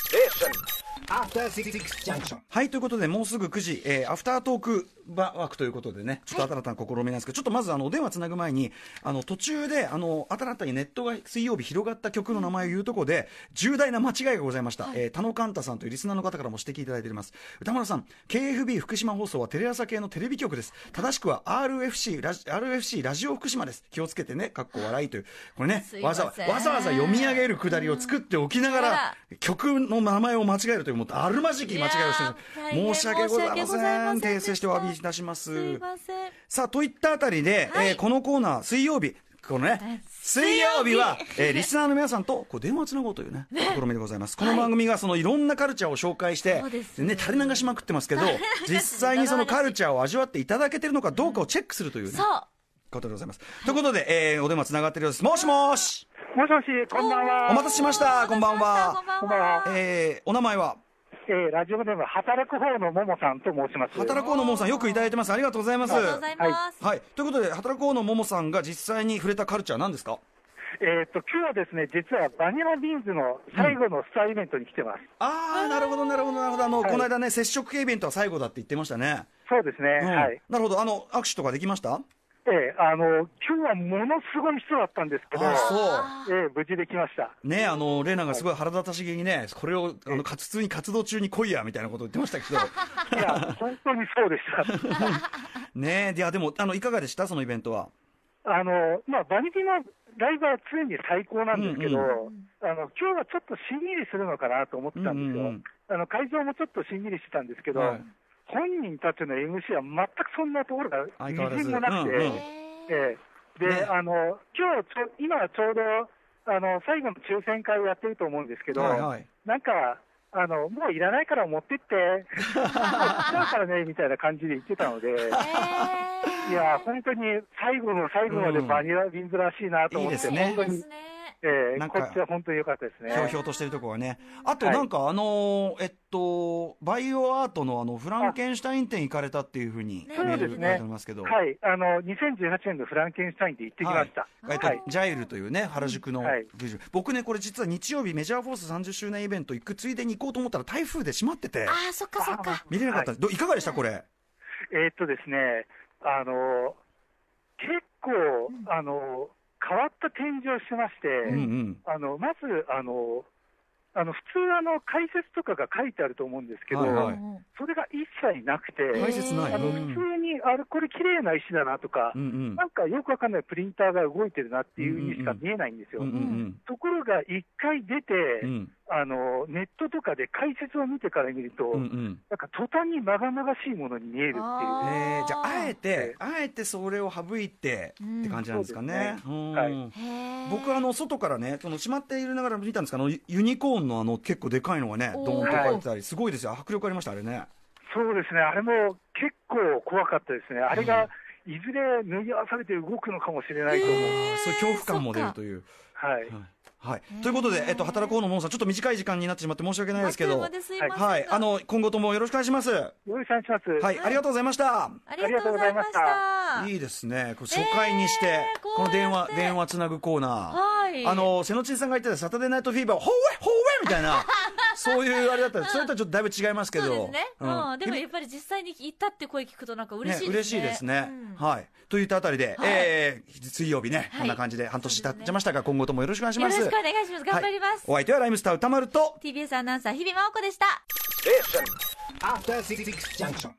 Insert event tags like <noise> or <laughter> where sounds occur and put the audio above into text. Station. After Six Junction. はい、ということで、もうすぐ9時、えーアフタートークば枠ということでね、ちょっと新たな試みなんですけど、ちょっとまず、あの、お電話つなぐ前に、あの、途中で、あの、新たにネットが水曜日広がった曲の名前を言うとこで、重大な間違いがございました。えー田野寛太さんというリスナーの方からも指摘いただいております。歌村さん、KFB 福島放送はテレ朝系のテレビ局です。正しくは RFC ラジ、RFC ラジオ福島です。気をつけてね、かっこ笑いという。これねす、いわませざんわざわざ読み上げるくだりを作っておきながうんら、曲の名前を間違えるという、もう、あるまじき時期間違いをしてるいやー申し訳ございま申し訳ございせませんん訂正してお詫びいたしますいすません。さあといったあたりで、はいえーこのコーナー水曜日このね水水曜曜日日は、えーリスナーの皆さんとこう電話をつなごうというね試みでございます、この番組がそのいろんなカルチャーを紹介してそうですね、垂れ流しまくっ <laughs> てますけど実際にそのカルチャーを味わっていただけてるのかどうかをチェックするという、ねそ、ことでございます、ということで、えーお電話つながってるようですもしもしもしもし、こんばんは。お待たせしましたこんばんはこんばんこんばんはは。えーお名前はえーラジオネーム、働く方のももさんと申します。働こうのもんさんよくいただいてますありがとうございますありがとうございます。はい、ということで、働こうのももさんが実際に触れたカルチャー、なんですかえーっと、今日はですね、実はバニラビーンズの最後のスターイベントに来てます。あー、なるほど、なるほど、なるほど、あの、いこの間ね、接触系イベントは最後だって言ってましたね。そうですね、うんはい。なるほど、あの、握手とかできましたえーあの、今日はものすごい人だったんですけど、あそうえー無事できました。ねあの、レナがすごい腹立たしげにね、これを、あの、活通に活動中に来いや、みたいなことを言ってましたけ <laughs> ど、<laughs> いや、本当にそうでした。ねいや、でも、あの、いかがでしたそのイベントは。あの、まあ、バニティのライブは常に最高なんですけど、うんうあの、今日はちょっとしんぎりするのかなと思ってたんですよ。うんうんうんあの、会場もちょっとしんぎりしてたんですけど、はい本人たちの MC は全くそんなところが相み変わらずじんもなくて、うんうんええで、ねあの、今日ちょ、今はちょうど、あの、最後の抽選会をやってると思うんですけど、はいはいなんか、あの、もういらないから持ってって、 <laughs> もう使うからね、みたいな感じで言ってたので、いやー、本当に最後の最後までバニラビンズらしいなと思って、いいですね本当でにす、ね。えーなんこかっちは本当に良かったですね。ひょうひょうとしてるとこはね。あと、はいなんか、あのーえっと、バイオアートの、あの、フランケンシュタイン展行かれたっていうふうに、メそうーですル書ねいてありますけど。はい、あの、2018年のフランケンシュタインで行ってきました。はい、えっとはいジャイルというね、原宿のはい劇場、僕ね、これ実は日曜日、メジャーフォース30周年イベント行くついでに行こうと思ったら、台風で閉まってて、ああ、そっかそっか。見れなかった、い、どいかがでした、これ、えーっとですね、あの、結構、あの、変わった展示をしてまして、うんうん、あの、まず、あの、あの普通あの解説とかが書いてあると思うんですけど、はいはいそれが一切なくて、解説ない、あうの普ん通に、あれ、これ綺麗な石だなとか、うんうんなんかよくわかんないプリンターが動いてるなっていうふうにしか見えないんですよ。うんうんところが、一回出て、うんうんあの、ネットとかで解説を見てから見ると、うんうんなんか途端にまがまがしいものに見えるっていう。あーえーじゃあ、あえて、あえてそれを省いてって感じなんですかね。ううんんはいへー僕あの外からね、その閉まっているながら見たんですけど、あのユユニコーンのあの結構でかいのがね、ドーンと書いてたり、すごいですよ、迫力ありました、あれね。そうですね、あれも結構怖かったですね。あれが、いずれ脱ぎ合わされて動くのかもしれないと思う。あーそういう恐怖感も出るという。はい。はい、ということで、えっと、働こうのももさん、ちょっと短い時間になってしまって申し訳ないですけど、あっという間ですいませんがはい、あの今後ともよろしくお願いします。はよろしくお願いします。い、ありがとうございました。ありがとうございました。いいですね、これ初回にして、この電話、電話つなぐコーナー。はい。あ、の瀬野ちんさんが言ってたサタデーナイトフィーバー、ほうえ、ほうえみたい <laughs> な、そういうあれだったんですそれとはちょっとだいぶ違いますけそど、うですね。うんうん。でもやっぱり実際に行ったって声聞くとなんか嬉しいですね。嬉しいですね。うんはい。といったあたりで、はいえー水曜日ね、はいこんな感じで半年そう経ですねっちゃいましたが、今後ともよろしくお願いしよまろす。しくお願いします。頑張りますはい、お。相手はライムスター歌丸と、 TBS アナウンサー日比真央子でした。 Station. After Six Junction.